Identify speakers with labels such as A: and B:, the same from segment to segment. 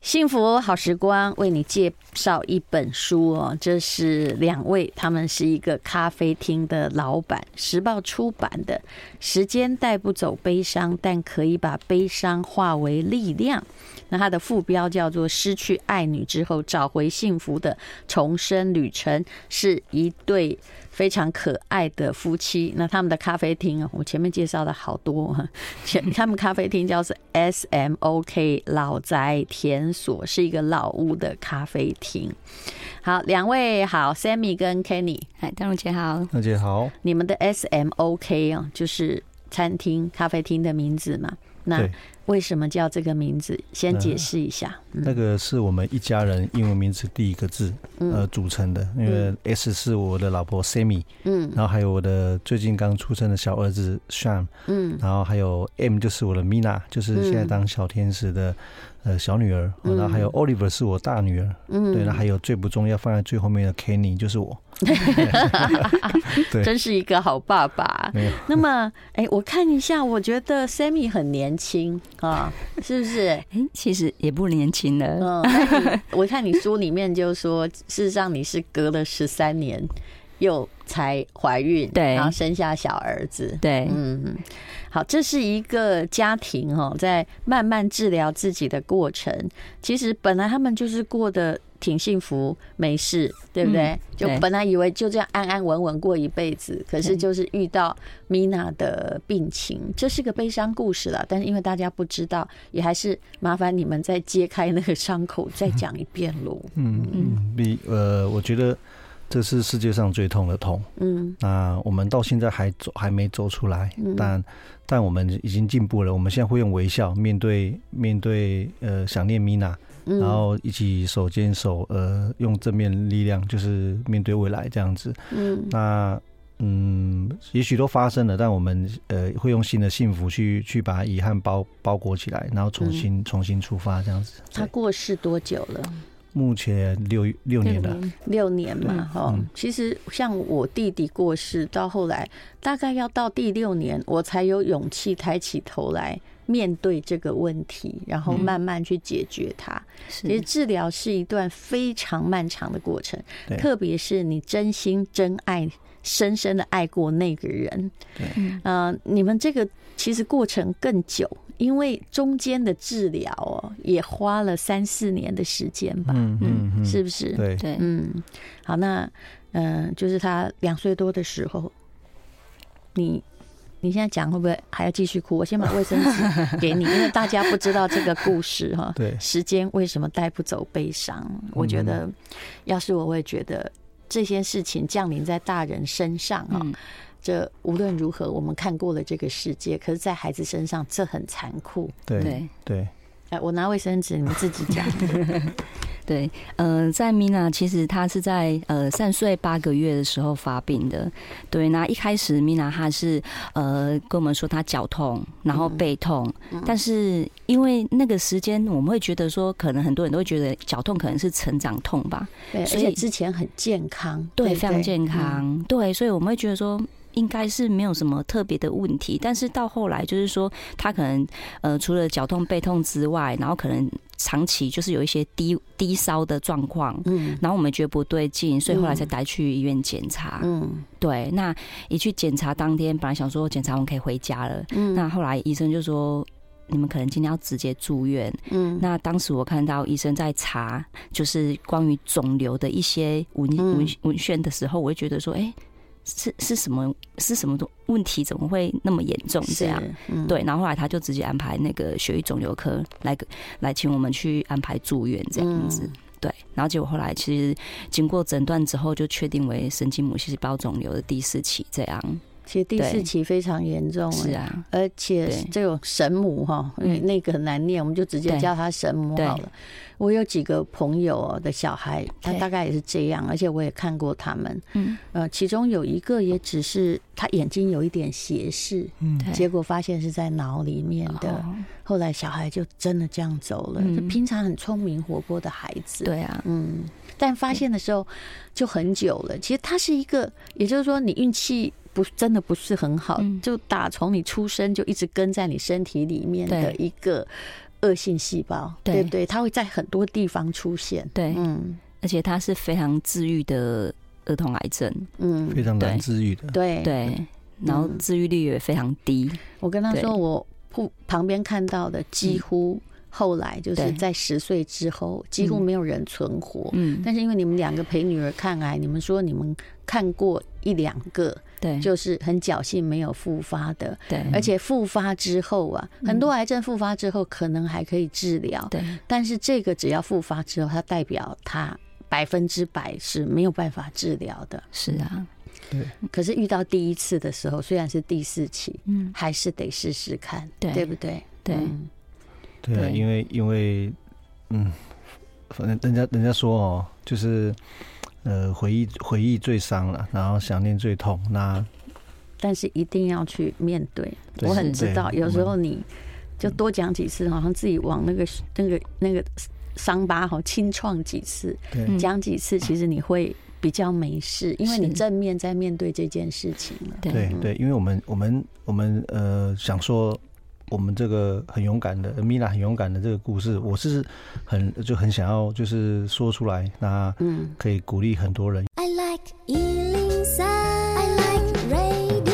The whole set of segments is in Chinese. A: 幸福好时光为你介绍一本书哦，这是两位，他们是一个咖啡厅的老板，时报出版的。时间带不走悲伤，但可以把悲伤化为力量。那它的副标叫做《失去爱女之后找回幸福的重生旅程》，是一对非常可爱的夫妻。那他们的咖啡厅啊，我前面介绍了好多， 前他们咖啡厅叫是 S M O K 老宅田所，是一个老屋的咖啡厅。好，两位好，Sammy 跟 Kenny，
B: 嗨，丹如姐好，
C: 大姐好，
A: 你们的 S M O K 啊，就是餐厅咖啡厅的名字嘛？那
C: 对，
A: 为什么叫这个名字？先解释一下。嗯
C: 那个是我们一家人英文名字第一个字呃组成的，因为 S 是我的老婆 Sammy，
A: 嗯
C: 然后还有我的最近刚出生的小儿子 Sean，
A: 嗯
C: 然后还有 M 就是我的 Mina，就是现在当小天使的呃小女儿，
A: 嗯
C: 然后还有 Oliver 是我大女儿，
A: 嗯，
C: 对，那还有最不重要放在最后面的 Kenny 就是我，对
A: 真是一个好爸 爸。
C: 没有
A: 那么，哎、我看一下，我觉得 Sammy 很年轻啊，是不是？
B: 哎，其实也不年轻了，
A: 嗯， 但你我看你书里面就说，事实上你是隔了十三年又才怀孕，
B: 对
A: 然后生下小儿子，
B: 对，
A: 嗯，好，这是一个家庭哦，在慢慢治疗自己的过程。其实本来他们就是过得挺幸福，没事，对不对？
B: 嗯
A: 就
B: 对
A: 本来以为就这样安安稳稳过一辈子，可是就是遇到米娜的病情，这是个悲伤故事了。但是因为大家不知道，也还是麻烦你们再揭开那个伤口，再讲一遍喽。
C: 嗯嗯，比呃我觉得这是世界上最痛的痛。
A: 嗯
C: 那我们到现在还走还没走出来，
A: 嗯
C: 但但我们已经进步了。我们现在会用微笑面对面对呃想念米娜，
A: 嗯，
C: 然后一起手牵手，呃，用正面力量就是面对未来这样子。
A: 嗯
C: 那嗯，也许都发生了，但我们呃会用新的幸福去去把遗憾包包裹起来，然后重新、重新出发这样子。
A: 他
C: 对
A: 过世多久了？
C: 目前六六年了，
A: 六年嘛，
C: 对
A: 哈、
C: 嗯
A: 其实像我弟弟过世到后来，大概要到第六年，我才有勇气抬起头来面对这个问题，然后
C: 嗯
A: 慢慢去解决它。其实
B: 是，
A: 治疗是一段非常漫长的过程，
C: 对
A: 特别是你真心真爱、深深的爱过那个人。
C: 对
B: 嗯
A: 呃，你们这个其实过程更久，因为中间的治疗哦，也花了三四年的时间吧，
C: 嗯嗯嗯，
A: 是不是？
C: 对，
B: 对，
A: 嗯，好，那嗯、呃就是他两岁多的时候，你你现在讲会不会还要继续哭？我先把卫生纸给你，因为大家不知道这个故事 哈。
C: 对
A: 时间为什么带不走悲伤？
B: 嗯
A: 我觉得，要是我会觉得这些事情降临在大人身上哈。
B: 嗯
A: 这无论如何，我们看过了这个世界，可是，在孩子身上，这很残酷。
C: 对
B: 对
C: 对，
A: 哎，我拿卫生纸，你们自己 讲。
B: 对，呃，在 Mina 其实她是在呃三岁八个月的时候发病的。对，那一开始 Mina 她是呃跟我们说她脚痛，然
A: 嗯
B: 后背痛，但是因为那个时间，我们会觉得说，可能很多人都会觉得脚痛可能是成长痛吧，
A: 对，而
B: 所以
A: 且之前很健康，
B: 对，
A: 不
B: 非常健。
A: 嗯
B: 康，对，所以我们会觉得说。应该是没有什么特别的问题，但是到后来就是说，他可能呃除了脚痛背痛之外，然后可能长期就是有一些低低烧的状况，
A: 嗯
B: 然后我们觉得不对劲，所以后来才带去医院检查。
A: 嗯
B: 对，那一去检查当天，本来想说检查完可以回家了，
A: 嗯
B: 那后来医生就说。你们可能今天要直接住院。
A: 嗯
B: 那当时我看到医生在查，就是关于肿瘤的一些文
A: 嗯
B: 文文献的时候，我就觉得说，哎、是是什么是什么的问题，怎么会那么严重这样？，
A: 是嗯
B: 啊对，然后后来他就直接安排那个血液肿瘤科来来请我们去安排住院这样子。
A: 嗯
B: 对，然后结果后来其实经过诊断之后，就确定为神经母细胞肿瘤的第四期这样。
A: 其实第四
B: 对
A: 期非常严重，
B: 是。啊，
A: 而且
B: 对
A: 这种神母哈，因为
B: 嗯
A: 那个很难念，我们就直接
B: 对
A: 叫他神母
B: 对
A: 好了。我有几个朋友哦的小孩，他
B: 对
A: 大概也是这样，而且我也看过他们。
B: 嗯，
A: 呃，其中有一个也只是他眼睛有一点斜视，
C: 嗯
B: 对
A: 结果发现是在脑里面的。
B: 哦
A: 后来小孩就真的这样走了，
B: 嗯
A: 就平常很聪明活泼的孩子。
B: 对啊，
A: 嗯，但发现的时候就很久了。其实它是一个，也就是说你运气不真的不是很好，
B: 嗯
A: 就打从你出生就一直跟在你身体里面的
B: 对
A: 一个恶性细胞，
B: 对
A: 对不对？它会在很多地方出现。
B: 对，
A: 嗯
B: 而且它是非常治愈的儿童癌症，
A: 嗯，
C: 非常难
B: 对
C: 治愈的。
A: 哎对，
B: 对，然后
A: 嗯
B: 治愈率也非常低，
A: 我跟他
B: 对嗯
A: 说，我不旁边看到的几乎后来就是
B: 对
A: 在十岁之后，几乎没有人存活。
B: 嗯，
A: 但是因为你们两个陪女儿看癌，你们说你们看过一两个，
B: 对，
A: 就是哎很侥幸没有复发的，
B: 对，
A: 而且复发之后啊，很多癌症复发之后可能还可以治疗，
B: 嗯对，
A: 但是这个只要复发之后，它代表它百分之百是没有办法治疗的。
B: 是啊，
A: 可是遇到第一次的时候，虽然是第四期，
B: 嗯，
A: 还是得试试看，
B: 对
A: 对不对？
B: 对，
A: 嗯
C: 对啊，
B: 对
C: 因为因为嗯， 反正人家人家说哦，就是呃，回忆回忆最伤了，然后想念最痛。那
A: 但是一定要去面对。
C: 对
A: 我很知道，
C: 对
A: 有时
C: 我
A: 候
C: 们
A: 你就多讲几次，好像自己往那个那个那个伤疤哈清创几次，
C: 对
B: 嗯
A: 讲几次，其实你会比较没事，因为你
B: 是
A: 正面在面对这件事情了。
C: 对
B: 对，
C: 对，因为我们我们我们呃想说，我们这个很勇敢的米娜很勇敢的这个故事，我是很就很想要就是说出来，那
A: 嗯，
C: 可以鼓励很多人。
D: I like Ealing Sound. I like radio.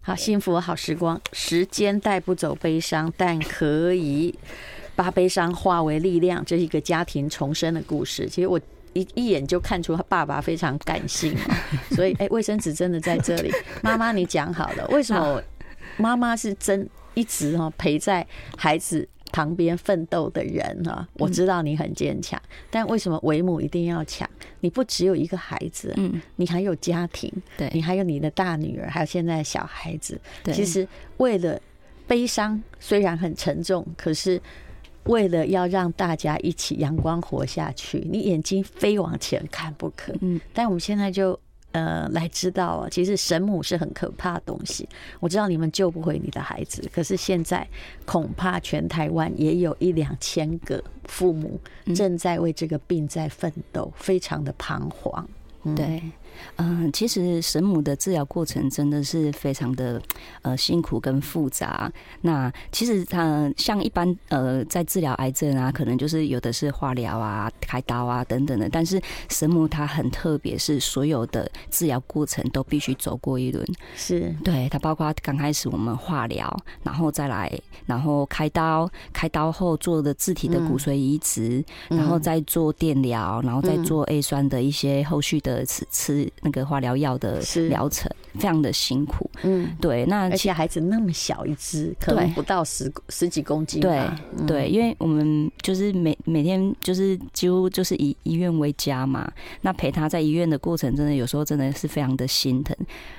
A: 好，幸福好时光，时间带不走悲伤，但可以把悲伤化为力量，这是一个家庭重生的故事。其实我。一一眼就看出他爸爸非常感性哦、所以哎，卫、生纸真的在这里。妈妈，你讲好了，为什么我妈妈是真一直哈、陪在孩子旁边奋斗的人哈、我知道你很坚强，但为什么为母一定要强？你不只有一个孩子，啊
B: 嗯，
A: 你还有家庭，
B: 对
A: 你还有你的大女儿，还有现在的小孩子。
B: 对，
A: 其实为了悲伤虽然很沉重，可是为了要让大家一起阳光活下去，你眼睛非往前看不可。
B: 嗯，
A: 但我们现在就呃来知道啊，其实神母是很可怕的东西。我知道你们救不回你的孩子，可是现在恐怕全台湾也有一两千个父母
B: 嗯
A: 正在为这个病在奋斗，非常的彷徨。嗯
B: 对，嗯，其实神母的治疗过程真的是非常的呃辛苦跟复杂。那其实它、呃像一般呃在治疗癌症啊，可能就是有的是化疗啊、开刀啊等等的，但是神母它很特别，是所有的治疗过程都必须走过一轮。
A: 是，
B: 对，它包括刚开始我们化疗，然后再来，然后开刀，开刀后做的自体的骨髓移植，然后
A: 嗯
B: 再做电疗，然后再做 A 酸的一些后续的吃吃那个化疗药的
A: 是
B: 疗程，非常的辛苦。
A: 嗯。
B: 对，那
A: 而
B: 其
A: 且孩子那么小一只，可能
B: 对
A: 不到十十几公斤
B: 对
A: 吧。嗯
B: 对，，因为我们就是每每天就是几乎就是以医院为家嘛，那陪他在医院的过程，真的有时候真的是非常的心疼，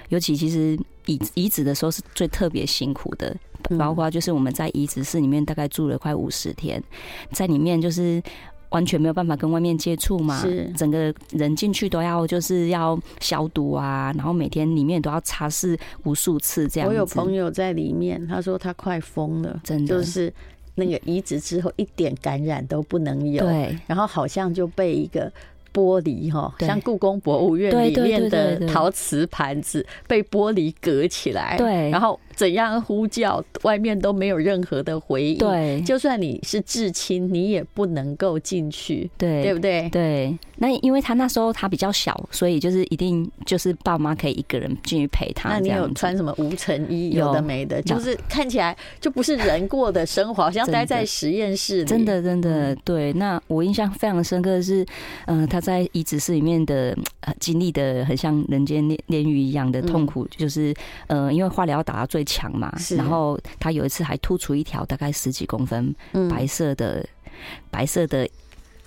B: 尤其其实移移植的时候是最特别辛苦的，
A: 嗯
B: 包括就是我们在移植室里面大概住了快五十天，在里面就是。完全没有办法跟外面接触嘛
A: 是，
B: 整个人进去都要就是要消毒啊，然后每天里面都要擦拭无数次这样
A: 我
B: 子。
A: 有朋友在里面，他说他快疯了，
B: 真的
A: 就是那个移植之后一点感染都不能有，
B: 对
A: 然后好像就被一个。玻璃哈，
B: 对
A: 像故宫博物院
B: 对
A: 里
B: 对
A: 面
B: 对对
A: 的
B: 对
A: 陶瓷盘子被玻璃隔起来，
B: 对
A: 然后怎样呼叫，外面都没有任何的回应，，
B: 对
A: 就算你是至亲，你也不能够进去，
B: 对
A: 对不对？
B: 对，那因为他那时候他比较小，所以就是一定就是爸妈可以一个人进去陪他。
A: 那你
B: 啊这样
A: 有
B: 子
A: 穿什么无尘衣？
B: 有
A: 有的没的，
B: 那
A: 就是看起来就不是人过的生 活，好像
B: 真的
A: 待在实验室里。嗯
B: 真，的真的对，那我印象非常深刻的是，嗯、他在遗址室里面的、呃、经历的很像人间炼炼狱一样的痛苦，就是呃，因为化疗打到最强嘛
A: 嗯是，
B: 然后他有一次还突出一条大概十几公分
A: 嗯
B: 白色的、白色的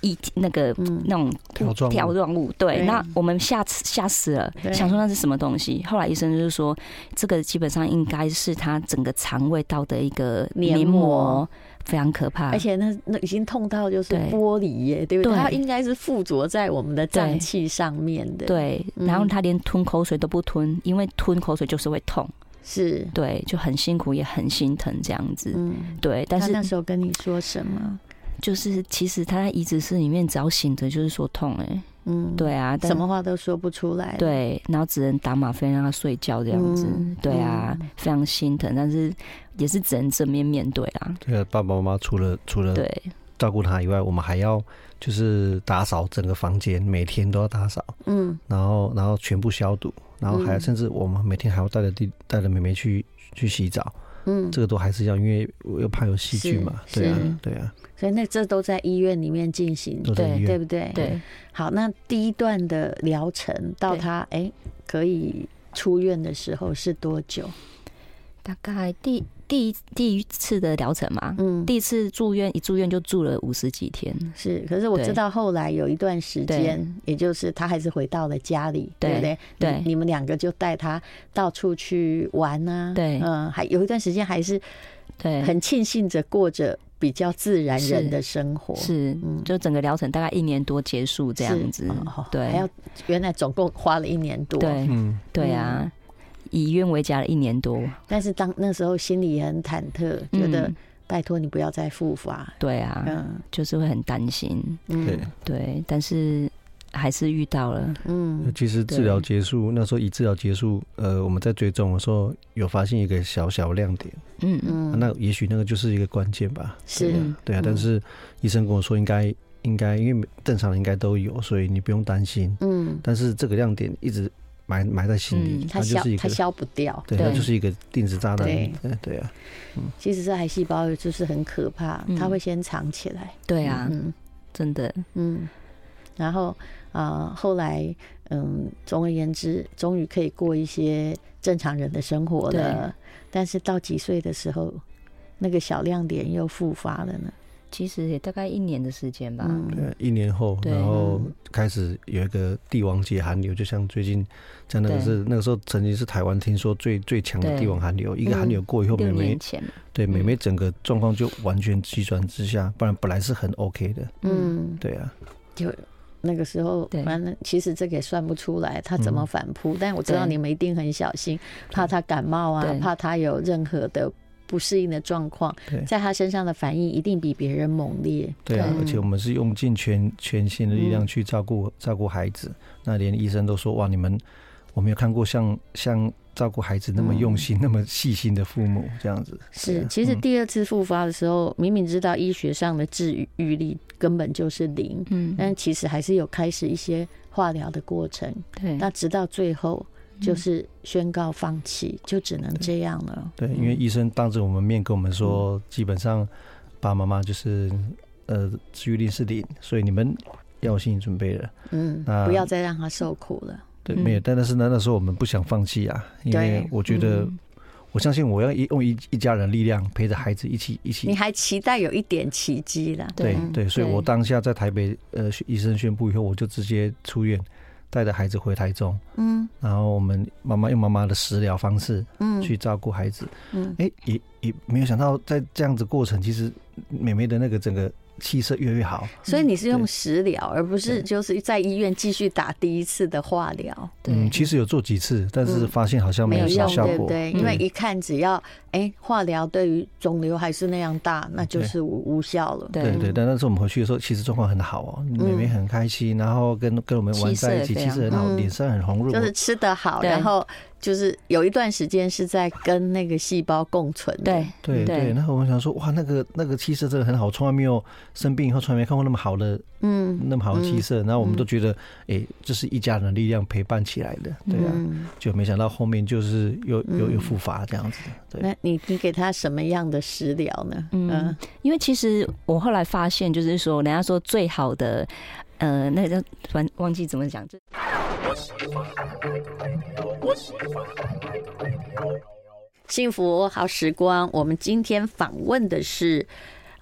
B: 一那个
A: 嗯，
B: 那种
C: 条状物
B: 条状物，对
A: 对，
B: 那我们吓死吓死了
A: 对，
B: 想说那是什么东西。后来医生就是说，这个基本上应该是他整个肠胃道的一个
A: 黏
B: 黏
A: 膜
B: 膜，非常可怕
A: 而。且那那已经痛到就是
B: 对
A: 玻璃耶，对不对？
B: 对
A: 它应该是附着在我们的脏
B: 对
A: 器上面的。，
B: 对，
A: 嗯
B: 然后他连吞口水都不吞，因为吞口水就是会痛，
A: 是，
B: 对，就很辛苦，也很心疼这样子。
A: 嗯。
B: 对，但
A: 但是
B: 是
A: 那时候跟你说什么？
B: 就是其实他在移植室里面只要醒着就是说痛哎、欸
A: 嗯，
B: 对啊，但
A: 什么话都说不出来，，
B: 对，然后只能打吗啡让他睡觉这样子，
A: 嗯
B: 对啊，非常心疼，但是也是只能正面面对啦。
C: 这啊个爸爸妈妈除了除了
B: 对，
C: 照顾他以外，我们还要就是打扫整个房间，每天都要打扫，
A: 嗯
C: 然后然后全部消毒，然后还、
A: 嗯
C: 甚至我们每天还要带着弟带着妹妹去去洗澡，
A: 嗯，
C: 这个都还是要，因为我又怕有细菌嘛，
A: 是
C: 对
A: 是
C: 啊对啊，
A: 所以那这都在医院里面进行，
C: 都在医
A: 对
C: 院。
A: 不对？。
B: 对，
A: 好，那第一段的疗程到
B: 对
A: 他哎、可以出院的时候是多久？
B: 大概第第一第一次的疗程嘛，
A: 嗯，
B: 第一次住院一住院就住了五十几天，
A: 是，可是我
B: 对
A: 知道后来有一段时间，也就是他还是回到了家里，对
B: 对
A: 不对？
B: 对
A: 你你们两个就带他到处去玩啊，
B: 对
A: 嗯，还有一段时间还是
B: 对，
A: 很庆幸着过着比较自然人
B: 是
A: 的生活，
B: 是
A: 嗯，
B: 就整个疗程大概一年多结束这样子
A: 是哦，
B: 对
A: 还要原来总共花了一年多，
B: 对
C: 嗯，
B: 对啊，以院为家了一年多，
A: 但是当那时候心里也很忐忑，觉得
B: 嗯
A: 拜托你不要再复发，
B: 对啊，
A: 嗯
B: 就是会很担心，
C: 对
A: 嗯，
B: 对，但是还是遇到了，
C: 那
A: 嗯
C: 其实治疗结束那时候，一治疗结束，呃，我们在追踪的时候有发现一个小小亮点，啊
B: 嗯嗯
A: 嗯，
C: 那也许那个就是一个关键吧。
A: 是
C: 对啊对啊
A: 嗯，
C: 但是医生跟我说应该应该，因为正常人应该都有，所以你不用担心。
A: 嗯，
C: 但是这个亮点一直埋埋在心里，
B: 嗯
A: 他
C: 它
A: 消
C: 就是一
A: 他
C: 个。
A: 消不掉，
C: 对，
B: 对
C: 它就是一个定时炸弹。
A: 对
C: 对对啊，
A: 其实这癌细胞就是很可怕，
B: 嗯
A: 它会先藏起来。
B: 对啊，
A: 嗯
B: 真的，
A: 嗯，然后啊、呃后来嗯，总而言之，终于可以过一些正常人的生活了。但是到几岁的时候，那个小亮点又复发了呢？
B: 其实也大概一年的时间吧，
A: 嗯，
C: 呃，一年后，
B: 对
C: 然后开始有一个帝王级寒流，就像最近像那个
B: 对
C: 是那个时候曾经是台湾听说最最强的
B: 对
C: 帝王寒流，一个
A: 嗯
C: 寒流过以后，
B: 六
C: 妹妹
B: 年前，
C: 对
B: 嗯
C: 妹妹整个状况就完全急转直下，不然本来是很 OK 的，
A: 嗯，
C: 对啊，
A: 就那个时候，
B: 对
A: 反正其实这个也算不出来他
C: 嗯
A: 怎么反扑，但我知道
B: 对
A: 你们一定很小心，怕他感冒啊
B: 对，
A: 怕他有任何的不适应的状况
C: 对，
A: 在他身上的反应一定比别人猛烈。
C: 对啊，
B: 对嗯
C: 而且我们是用尽全全心的力量去照顾、照顾孩子，那连医生都说哇，你们我没有看过像像照顾孩子那
B: 嗯
C: 么用心、那么细心的父母这样子，对
A: 是
C: 啊，
A: 其实
C: 嗯
A: 第二次复发的时候，明明知道医学上的治愈力根本就是零，
B: 嗯，
A: 但其实还是有开始一些化疗的过程。
B: 对，
A: 那直到最后就是宣告放弃，就只能这样了。
C: 嗯对，因为医生当着我们面跟我们说，基本上爸爸妈妈就是呃治愈率是零，所以你们要有心理准备了。
A: 嗯，
C: 那
A: 不要再让他受苦了。
C: 对，
B: 嗯
C: 没有，但但是呢，那时候我们不想放弃啊，因为
A: 对
C: 我觉得，
B: 嗯
C: 我相信我要一用一一家人力量陪着孩子一起一
A: 你
C: 起。
A: 还期待有一点奇迹啦。
C: 对
B: 嗯
C: 对，所以我当下在台北，呃，医生宣布以后，我就直接出院，带着孩子回台中，
A: 嗯
C: 然后我们妈妈用妈妈的食疗方式
A: 嗯
C: 去照顾孩子，
A: 嗯
C: 哎、也也没有想到，在这样子过程，其实美美的那个整个气色越来越好。
A: 所以你是用
C: 对
A: 食疗，而不是
C: 对
A: 就是在医院继续打第一次的化疗，
B: 对
C: 嗯，其实有做几次，但是
A: 嗯
C: 发现好像
A: 没
C: 没
A: 有
C: 有啥
A: 用，
C: 效
A: 对不
C: 果。
A: 对？因为一看只要哎、化疗对于肿瘤还是那样大，那就是无无效了。
B: 对
C: 对对，但那时候我们回去的时候，其实状况很好哦，美美很开心，然后跟跟我们玩在一
B: 气
C: 起，
B: 色
C: 气
B: 也非常
C: 色很好，
A: 嗯
C: 脸色很红润。
A: 就是吃得好，
B: 对
A: 然后就是有一段时间是在跟那个细胞共存的。
B: 对
C: 对对，
B: 对
C: 那我们想说，哇，那个那个气色真的很好，从来没有生病以后，从来没看过那么好的
A: 嗯，
C: 那么好的气色。然后我们都觉得，哎，这是一家人的力量陪伴起来的，对啊，
A: 嗯，
C: 就没想到后面就是又又
A: 嗯
C: 又复发这样子。对，
A: 那你你给他什么样的食疗呢？
B: 嗯
A: 嗯
B: 因为其实我后来发现，就是说，人家说最好的，呃，那个叫突然忘记怎么讲，就
A: 幸福好时光，我们今天访问的是。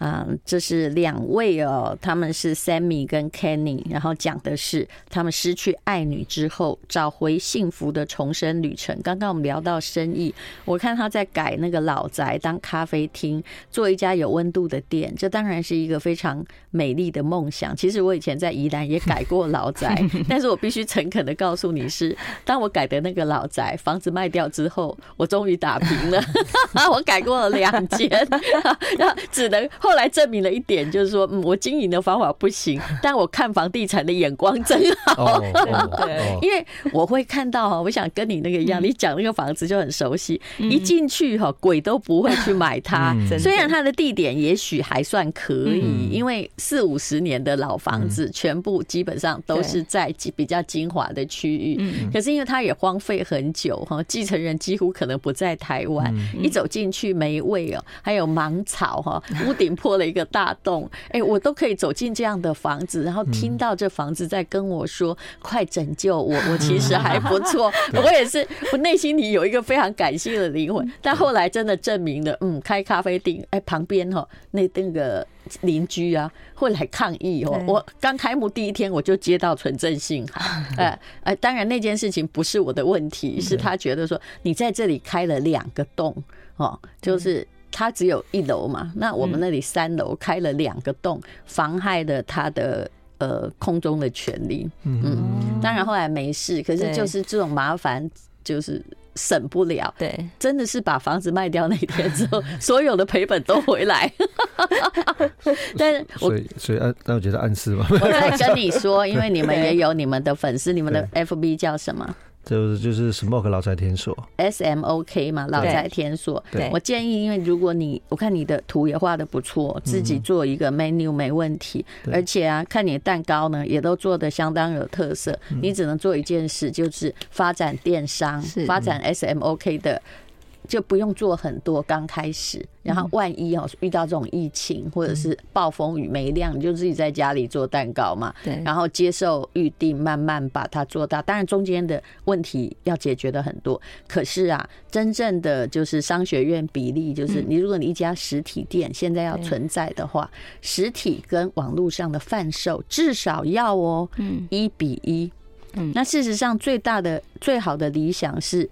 A: 啊、这是两位哦，他们是 Sammy 跟 Kenny，然后讲的是他们失去爱女之后找回幸福的重生旅程。刚刚我们聊到生意，我看他在改那个老宅当咖啡厅，做一家有温度的店，这当然是一个非常美丽的梦想。其实我以前在宜兰也改过老宅，但是我必须诚恳的告诉你是，当我改的那个老宅房子卖掉之 后，我终于打平了，我改过了两间，然后只能后后来证明了一点，就是说，嗯，我经营的方法不 行，但我看房地产的眼光真 好，
C: 哦哦
B: 对
C: 哦，嗯
A: 因为我会看到哦哈，我想跟你那个一样，你讲那个房子就很熟悉，一进去哈，鬼都不会去买它。
C: 嗯
B: 啊真的
A: 虽然它的地点也许还算可以，
C: 嗯
A: 因为四五十年的老房子，全部基本上都是在比较精华的区域。
B: 嗯
A: 可是因为它也荒废很久哈，继承人几乎可能不在台湾，
B: 嗯
A: 一走进去霉味哦，还有芒草哈，屋顶破了一个大洞，哎、我都可以走进这样的房子，然后
B: 嗯
A: 听到这房子在跟我说：“快拯救我！”我其实
B: 嗯
A: 还不 错，我也是，我内心里有一个非常感性的灵
B: 嗯
A: 魂。但后来真的证明了，嗯，开咖啡厅，哎、旁边哈那那个邻居啊会来抗议哦
B: 对。
A: 我刚开幕第一天我就接到纯正信 函，哎哎，当然那件事情不是我的问题，
B: 嗯
A: 是他觉得说你在这里开了两个洞哦，就是。它只有一楼嘛，那我们那里三楼开了两个洞，妨害了他的呃空中的权利。
C: 嗯
B: 嗯
A: 当然后来没事，可是
B: 对
A: 就是这种麻烦就是省不了。
B: 对，
A: 真的是把房子卖掉那天之 后，所有的赔本都回来。 但是我
C: 所以所以暗，那我觉得暗示嘛，
A: 我在跟你说，因为你们也有你们的粉丝，你们的 FB 叫什么？
C: 就是就是 smoke 老宅 田所，
A: S M O K 嘛，老宅天所。
B: 对
A: 我建议，因为如果你我看你的图也画的不错，
B: 嗯
A: 自己做一个 menu 没问题，
C: 对
A: 而且啊，看你的蛋糕呢也都做的相当有特色。
B: 嗯
A: 你只能做一件事，就是发展电商
B: 是，嗯
A: 发展 S M O K 的。就不用做很多，刚开
B: 嗯
A: 始，然后万一哦遇到这种疫情或者是暴风雨没量，你就自己在家里做蛋糕嘛，
B: 对，
A: 然后接受预定，慢慢把它做大。当然中间的问题要解决的很多，可是啊，真正的就是商学院比例，就是你如果你一家实体店现在要
B: 嗯对
A: 存在的话，实体跟网络上的贩售至少要哦
B: 嗯
A: 一比一。
B: 嗯
A: 那事实上最大的最好的理想是，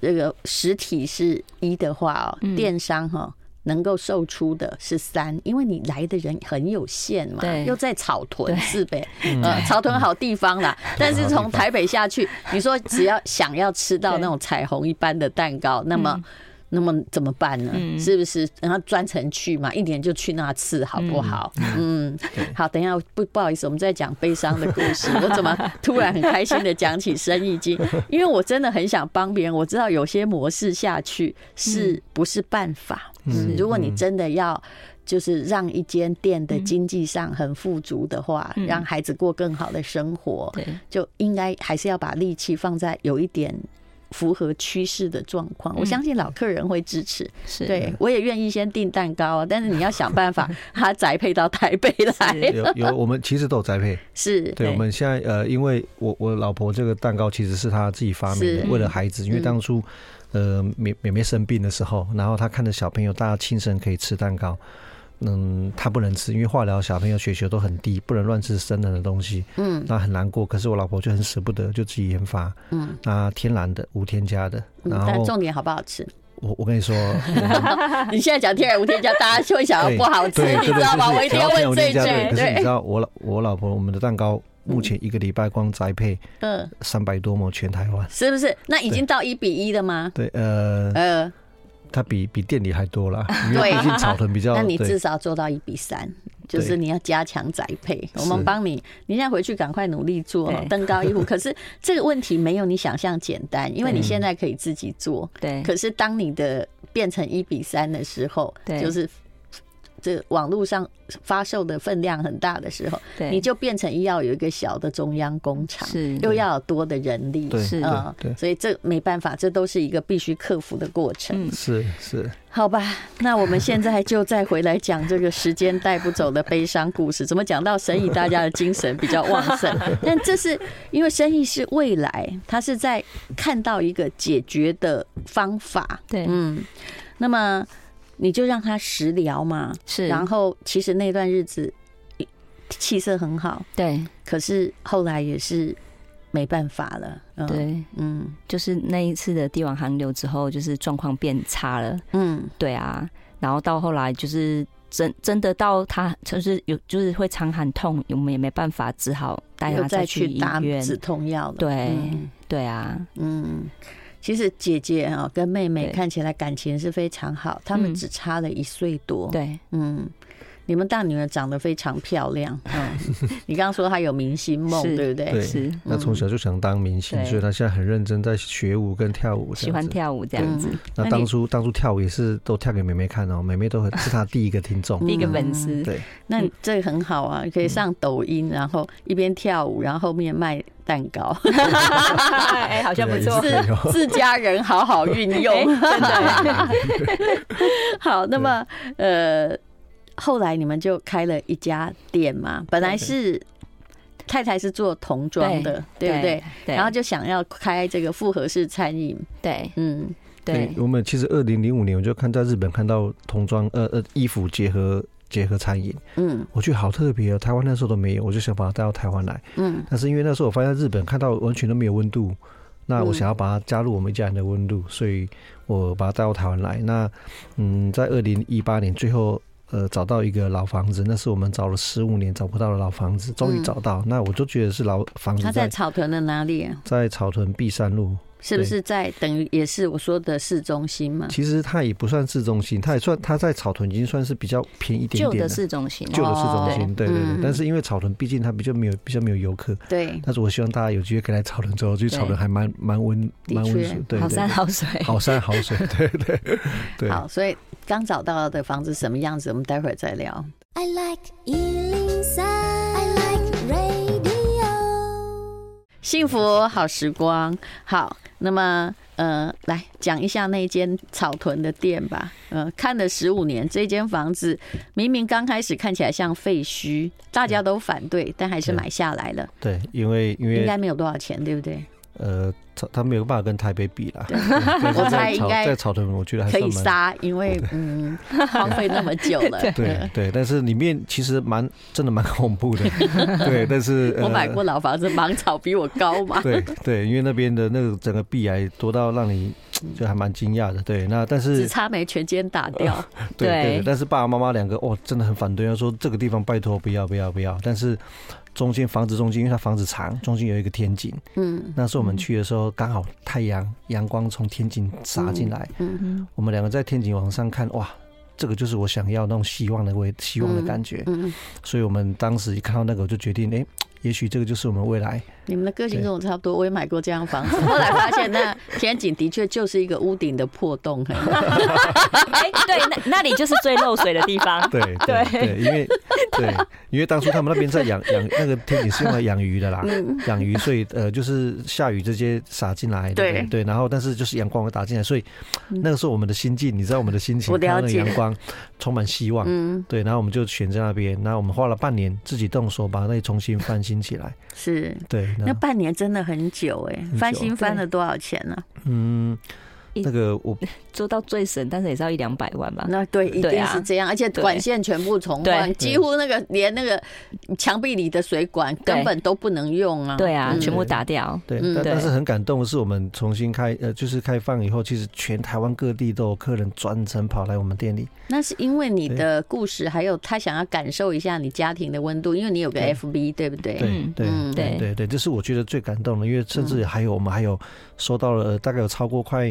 A: 这个实体是一的话哦，
B: 嗯
A: 电商哈、能够售出的是三，因为你来的人很有限嘛，
B: 对
A: 又在草屯
B: 对
A: 是呗，呃，草屯好地方啦，但是从台北下去，你说只要想要吃到那种彩虹一般的蛋糕，那么。那么怎么办呢？
B: 嗯
A: 是不是？然后专程去嘛，一年就去那次，好不好？嗯，好，等一下，不不好意思，我们在讲悲伤的故事。我怎么突然很开心的讲起生意经？因为我真的很想帮别人。我知道有些模式下去是不是办法？嗯，如果你真的要。就是让一间店的经济上很富足的话，
B: 嗯
A: 让孩子过更好的生活，
B: 对，
A: 就应该还是要把力气放在有一点符合趋势的状况。我相信老客人会支持，
B: 是，
A: 对我也愿意先订蛋糕啊，但是你要想办法，它宅配到台北来。
C: 有有我们其实都有宅配，
A: 是，
C: 对，
B: 对
C: 我们现在呃，因为我我老婆这个蛋糕其实是她自己发明
A: 是，
C: 的
A: 嗯
C: 为了孩子，因为当初呃妹妹妹生病的时候，然后她看着小朋友，大家亲生可以吃蛋糕，嗯，她不能吃，因为化疗小朋友血球都很低，不能乱吃生冷的东西，
A: 嗯
C: 那很难过。可是我老婆就很舍不得，就自己研发，
A: 嗯，
C: 那天然的无添加的，
A: 嗯
C: 然
A: 但
C: 后
A: 重点好不好吃？
C: 我我跟你说，我们
A: 你现在讲天然无添加，大家就会想要
C: 对
A: 不好吃，
C: 对
A: 你
C: 对
A: 知
C: 对，
A: 道吗？我一定要问这一句。
C: 啊对，可是你知
A: 对，
C: 道我老我老婆我们的蛋糕目前一个礼拜光宅配
A: 嗯，
C: 三百多模全台湾。
A: 是不是？那已经到一比一了吗？
C: 对，呃，
A: 呃，
C: 它比比店里还 多啦，因
A: 对
C: 为
A: 啊
C: 毕竟草屯比较
A: 那你至
C: 对
A: 少做到一比三，就是
C: 对
A: 你要加强宅配，我们
C: 是
A: 帮你。你现在回去赶快努力做
B: 对
A: 登高一呼。可是这个问题没有你想象简单，因为
C: 嗯
A: 你现在可以自己做，
B: 对，
A: 可是当你的变成一比三的时候，
B: 对
A: 就是。这网络上发售的分量很大的时候，
B: 对
A: 你就变成要有一个小的中央工厂，
B: 是嗯
A: 又要有多的人力，
C: 对
B: 是
C: 对
A: 嗯
C: 对，
A: 所以这没办法，这都是一个必须克服的过程。
B: 嗯
C: 是是，
A: 好吧，那我们现在就再回来讲这个时间带不走的悲伤故事。怎么讲到生意，大家的精神比较旺 盛，但这是因为生意是未来，它是在看到一个解决的方法。
B: 对
A: 嗯，那么你就让他食疗嘛，
B: 是，
A: 然后其实那段日子气色很好，
B: 对
A: 可是后来也是没办法了。嗯，
B: 对，
A: 嗯
B: 就是那一次的帝王寒流之后，就是状况变差了。
A: 嗯，
B: 对啊，然后到后来就是真真的到他就是有就是会常喊痛，我们也没办法，只好带
A: 又
B: 他
A: 再去
B: 去医
A: 打
B: 院。
A: 止痛药了。
B: 对
A: 嗯
B: 对啊，
A: 嗯，其实姐姐啊、跟妹妹
B: 对
A: 看起来感情是非常好，他们
B: 嗯
A: 哦只差了一岁多。，
B: 对
A: 嗯，你们大女儿长得非常漂亮， 嗯，你刚刚说她有明星梦，
B: 是
A: 对不对？
C: 对
B: 是，
C: 那
A: 嗯
C: 从小就想当明星，
B: 对
C: 所以他现在很认真在学舞跟跳舞，
B: 喜欢。跳舞这样
A: 嗯
B: 子，
C: 那
B: 那
C: 当
B: 你
C: 初当初跳舞也是都跳给妹妹看哦，妹妹都很是她第一个听众
A: 嗯。
B: 第一个粉丝，
C: 对，
A: 那
B: 嗯
A: 这很好啊，可以上抖音，然后一边跳舞，然后后面卖蛋糕，
B: 哎，好像不 错，
C: 对有
A: 自家人好好运
B: 哎
A: 用。 好，那么呃，后来你们就开了一家店嘛，本来是太太是做童装的，对不对？？
B: 对，
A: 然后就想要开这个复合式餐饮，
B: 对
A: 嗯，
B: 对
C: 我们其实二零零五年我就看在日本看到童装呃呃衣服结合结合餐饮，
A: 嗯
C: 我觉得好特别哦，台湾那时候都没有，我就想把它带到台湾来。
A: 嗯
C: 但是因为那时候我发现日本看到完全都没有温度，那我
A: 嗯
C: 想要把它加入我们一家人的温度，所以我把它带到台湾来。那嗯，在二零一八年最后呃找到一个老房子，那是我们找了十五年找不到的老房子，终于
A: 嗯
C: 找到。那我就觉得是老房
A: 他
C: 子
A: 在
C: 在
A: 草屯的哪里、啊？
C: 在草屯碧山路，
A: 是不是在等于也是我说的市中心嘛？
C: 其实它也不算市中心，它也算它在草屯已经算是比较偏一点
B: 旧
C: 点
B: 的
C: 了。
B: 市中心，
C: 旧的市中
B: 哦
C: 心，对对对，
A: 嗯
C: 但是因为草屯毕竟它比较没有比较没有游客，
A: 对，
C: 但是我希望大家有机会可以来草屯走，去草屯还蛮蛮温
A: 的
C: 蛮温
A: 确
C: 水，对对
B: 好
C: 对
B: 山好水，
C: 好山好 水，对对对。
A: 好，所以刚找到的房子什么样子，我们待会儿再聊。
D: I like Ealing Sound. I like radio.
A: 幸福好时光，好，那么呃，来讲一下那间草屯的店吧。呃，看了十五年，这间房子明明刚开始看起来像废墟，大家都反对，但还是
C: 对
A: 买下来了。
C: 对，因为
A: 应
C: 因为
A: 该没有多少钱，对不对？
C: 呃，草他没有办法跟台北比啦。但 是
A: 我猜
C: 在
A: 应
C: 草
A: 该
C: 在草屯，我觉得还
A: 可以
C: 算蛮。
A: 杀，因为嗯，荒废那么久了。
C: 对对，但是里面其实蛮真的蛮恐 怖的，对，但是呃
A: 我买过老 房子，芒草比我高嘛。
C: 对对，因为那边的那个整个壁癌多到让你就还蛮惊讶的，对，那但
A: 只
C: 是
A: 差没全间打
C: 哦
A: 掉，
C: 对
B: 对
C: 对对，但是爸爸妈妈两个哦，真的很反对，要说这个地方拜托不要不要不要，但是中间房子中间，因为它房子长，中间有一个天井，
A: 嗯
C: 那时候我们去的时候，刚好太阳阳光从天井洒进来，
A: 嗯，
B: 嗯
C: 我们两个在天井往上看，哇，这个就是我想要那种希望的味，希望的感觉。
A: 嗯，
C: 所以我们当时一看到那个，我就决定，哎、也许这个就是我们未来。，
A: 你们的个性跟我差不多，我也买过这样房子， 后来发现那天井的确就是一个屋顶的破洞， 嘿
B: 哎，对，那 那里就是最漏水的地方
C: 对对对，因为对，因为当初他们那边在养养那个天井是用来养鱼的啦，
A: 嗯
C: 养鱼，所以呃，就是下雨直接洒进来，对不
A: 对嗯
C: 对对，然后但是就是阳光会打进来，所以那个时候我们的心境，你知道我们的心情，
A: 我了
C: 看到那个
A: 解
C: 阳光充满希望，
A: 嗯，
C: 对，然后我们就选在那边，然后我们花了半年自己动手把那里重新翻新起来。
A: 是。
C: 对，
A: 那
C: 那
A: 半年真的很久哎、
C: 久
A: 翻新翻了多少钱呢、
C: 嗯，那个我
B: 做到最省，但是也是要一两百万吧。
A: 那对，一
B: 对
A: 定
B: 啊
A: 是这样，而且
B: 对
A: 管线全部重
B: 对
A: 换，几乎那个连那个墙壁里的水管根本都不能用啊。
B: 对啊，
A: 嗯
B: 全部打掉。
C: 对，
A: 嗯
C: 但
B: 对
C: 但是很感动的是，我们重新开呃，就是开放以后，其实全台湾各地都有客人专程跑来我们店里。
A: 那是因为你的故事，还有他想要感受一下你家庭的温度，因为你有个
C: 对
A: FB，对不对？
C: 对
B: 嗯
C: 对
A: 嗯
C: 对对对，这是我觉得最感动的，因为甚至还有我们还有收到了呃大概有超过快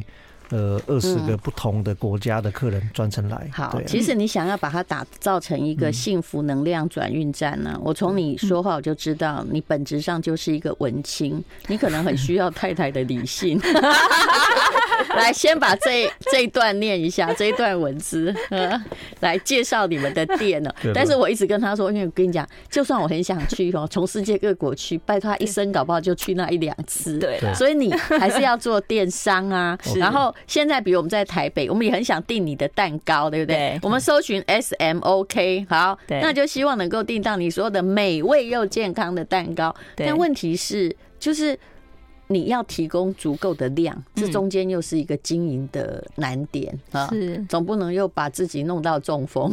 C: 呃二十个不同的国家的客人专程来。
A: 嗯好
C: 对，啊嗯
A: 其实你想要把它打造成一个幸福能量转运站呢、我从你说话我就知道，你本质上就是一个文青，你可能很需要太太的理 性。 来，先把这这一段念一下，这一段文字， 呃、来介绍你们的店呢、
C: 对
A: 但是我一直跟他说，因为我跟你讲，就算我很想去哦，从世界各国去，拜托他一生搞不好就去那一两次。
B: 对 啊，
A: 所以你还是要做电商 啊。然后现在，比如我们在台北，我们也很想订你的蛋糕，对不对？
B: 对
A: 我们搜寻 S M O K，好，
B: 对
A: 那就希望能够订到你说的美味又健康的蛋糕。
B: 对
A: 但问题是，就是。你要提供足够的量，这
B: 嗯
A: 中间又是一个经营的难点、啊，
B: 是
A: 总不能又把自己弄到中 风。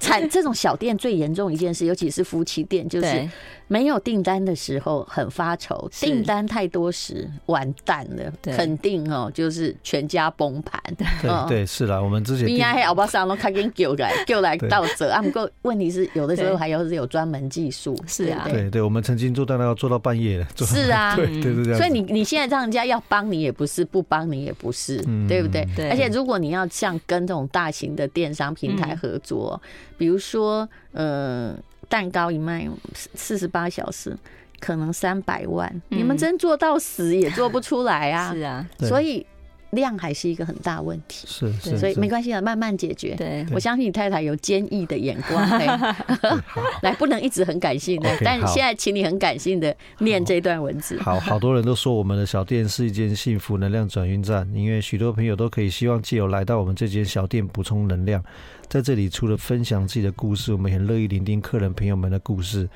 A: 产这种小店最严重一件事，尤其是夫妻店，就是
B: 对
A: 没有订单的时候很发愁，
B: 是
A: 订单太多时完蛋了，
B: 对
A: 肯定哦，就是全家崩盘。
C: 对对是啦，我们之前
A: 嗯应该
C: 订
A: 欧巴桑都开 跟救来救来
C: 对
A: 到这，啊，不过问题是有的时候
B: 对
A: 还有是有专门技术，
B: 是啊
A: 对不对
C: 对对，我们曾经做到那个做到半夜的，做到
A: 是啊，
C: 对对就是这样子。
A: 所以你你现在让人家要帮你也不是，不帮你也不是，
C: 嗯
A: 对不对？
B: 对
A: 而且如果你要像跟这种大型的电商平台合作，
B: 嗯
A: 比如说呃，蛋糕一卖四十八小时，可能三百万，
B: 嗯
A: 你们真做到死也做不出来啊
B: 是。啊，
C: 对
A: 所以量还是一个很大问题，
C: 是是，
B: 对
A: 所以
C: 是
A: 没关系的，啊慢慢解决。
B: 对
A: 我相信你太太有坚毅的眼光，嘿
C: 对 好
A: 来不能一直很感性的
C: OK，，
A: 但
C: 好
A: 现在请你很感性的念这段文字。
C: 好好多人都说我们的小店是一间幸福能量转运站，因为许多朋友都可以希望借由来到我们这间小店补充能量。在这里，除了分享自己的故事，我们也很乐意聆听客人朋友们的故事，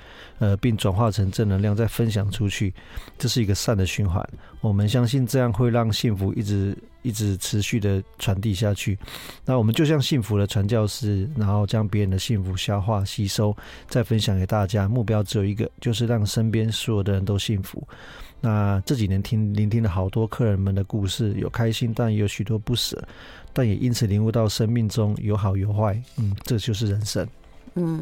C: 呃，并转化成正能量再分享出去，这是一个善的循环。我们相信这样会让幸福一直一直持续的传递下去。那我们就像幸福的传教士，然后将别人的幸福消化吸收，再分享给大家。目标只有一个，就是让身边所有的人都幸福。那这几年听聆听了好多客人们的故事，有开心，但也有许多不舍，但也因此领悟到生命中有好有坏，嗯，这就是人生。
A: 嗯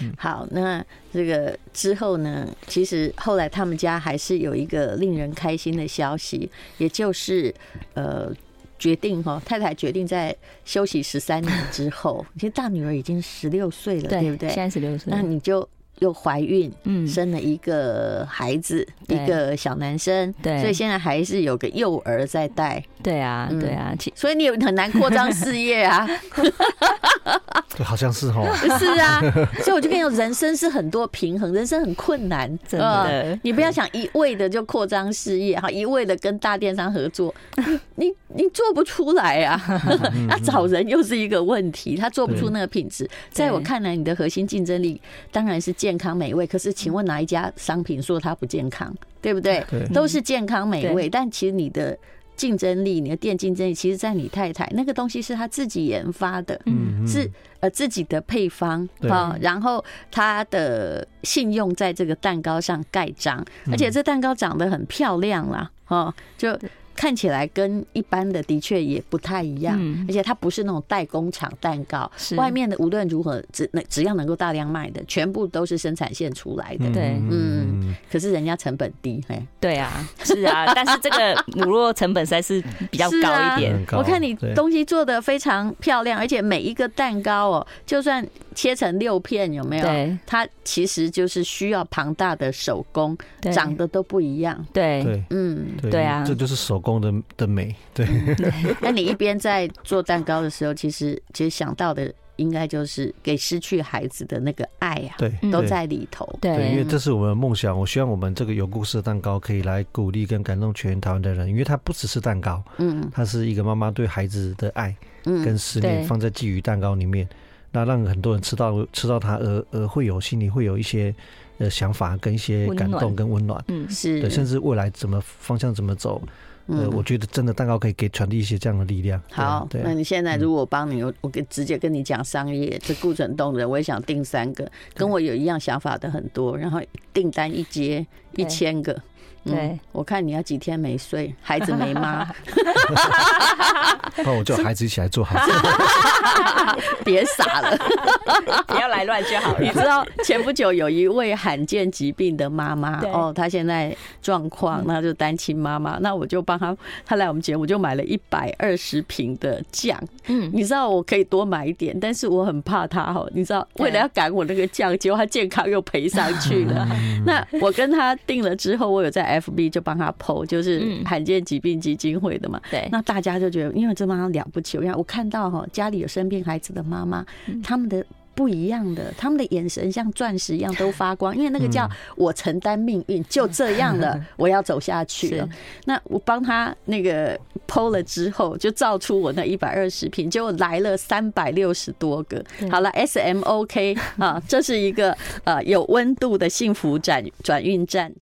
C: 嗯，
A: 好，那这个之后呢？其实后来他们家还是有一个令人开心的消息，也就是呃，决定哈，太太决定在休息十三年之后，其实大女儿已经十六岁了，对不
B: 现
A: 对？
B: 在十六岁
A: 那，你就又怀孕，
B: 嗯
A: 生了一个孩子，
B: 对
A: 一个小男生，
B: 对
A: 所以现在还是有个幼儿在带，
B: 对啊，
A: 嗯
B: 对啊，其
A: 所以你也很难扩张事业啊，
C: 对，好像是哦，
A: 是啊，所以我就跟你说，人生是很多平衡，人生很困难，
B: 真的
A: 呃你不要想一味的就扩张事业，哈，一味的跟大电商合作，你你你做不出来啊，
C: 嗯
A: 那找人又是一个问题，他做不出那个品质。在我看来，你的核心竞争力当然是健康美味，可是请问哪一家商品说它不健康，对不对？
C: 对
A: 都是健康美味，
B: 对
A: 但其实你的竞争力，你的店竞争力，其实在你太太那个东西是她自己研发的，
C: 嗯
A: 是呃自己的配方
C: 对
A: 啊，然后她的信用在这个蛋糕上盖章，
C: 嗯
A: 而且这蛋糕长得很漂亮啦，哦，就看起来跟一般的的确也不太一样，
B: 嗯
A: 而且它不是那种代工厂蛋糕，
B: 是
A: 外面的无论如何只能只要能够大量卖的，全部都是生产线出来的，
C: 嗯
B: 对
A: 嗯，可是人家成本低，嘿。
B: 对啊，是 啊，但是这个乳酪成本实在是比较
A: 是
B: 高
A: 啊
B: 一点，
C: 很高
A: 我看你
C: 对
A: 东西做的非常漂亮，而且每一个蛋糕哦，就算切成六片，有没有？
B: 对
A: 它其实就是需要庞大的手工，
B: 对
A: 长得都不一样。
B: 对
C: 对
A: 嗯，
C: 对
B: 哎对啊
C: 这就是手工的的美，对，
A: 那你一边在做蛋糕的时候，其实其实想到的应该就是给失去孩子的那个爱呀、
C: 对，
B: 嗯
A: 都
C: 对
A: 在里头。
C: 对，因
B: 对
C: 为这是我们的梦想。我希望我们这个有故事的蛋糕可以来鼓励跟感动全台湾的人，因为它不只是蛋糕，
A: 嗯
C: 它是一个妈妈对孩子的爱
A: 嗯
C: 跟思念
B: 对
C: 放在鲫鱼蛋糕里面，那让很多人吃到吃到它，而而会有心里会有一些呃想法跟一些
B: 温
C: 感动
B: 暖
C: 跟温暖，
B: 嗯
A: 是
C: 对，甚至未来怎么方向怎么走，呃，
A: 嗯
C: 我觉得真的蛋糕可以给传递一些这样的力量。对啊
A: 好，
C: 对嗯
A: 那你现在如果我帮你，我我跟直接跟你讲商业，这顾城动人，我也想订三个，跟我有一样想法的很多，然后订单一接一
B: 对
A: 千个。嗯
B: 对，
A: 我看你要几天没睡，孩子没妈，
C: 那我叫孩子一起来做好事。
A: 别傻了。
B: 不要来乱就好
A: 你
B: 了
A: 知。道前不久有一位罕见疾病的妈妈
B: 对嗯
A: 哦，她现在状况，那就单亲妈妈，那我就帮她，她来我们节目就买了一百二十瓶的酱，
B: 嗯，
A: 你知道我可以多买一点，但是我很怕她哦，你知道
B: 对
A: 为了要赶我那个酱，结果她健康又赔上去 了。
B: 嗯
A: 那我跟她定了之后，我有在 FB 就帮她 PO，就是
B: 嗯
A: 罕见疾病基金会的嘛，
B: 对，
A: 那大家就觉得，因为这妈妈了不起，我看我看到哈、家里有生病孩子的妈妈，
B: 嗯
A: 他们的。不一样的，他们的眼神像钻石一样都发光，因为那
B: 嗯
A: 个叫我承担命运，就这样 了，我要走下去了
B: 是。
A: 那我帮他那个剖了之后，就照出我那一百二十瓶，结果来了三百六十多个。
B: 对
A: 好了，S M O K 啊，这是一个呃有温度的幸福转转运站。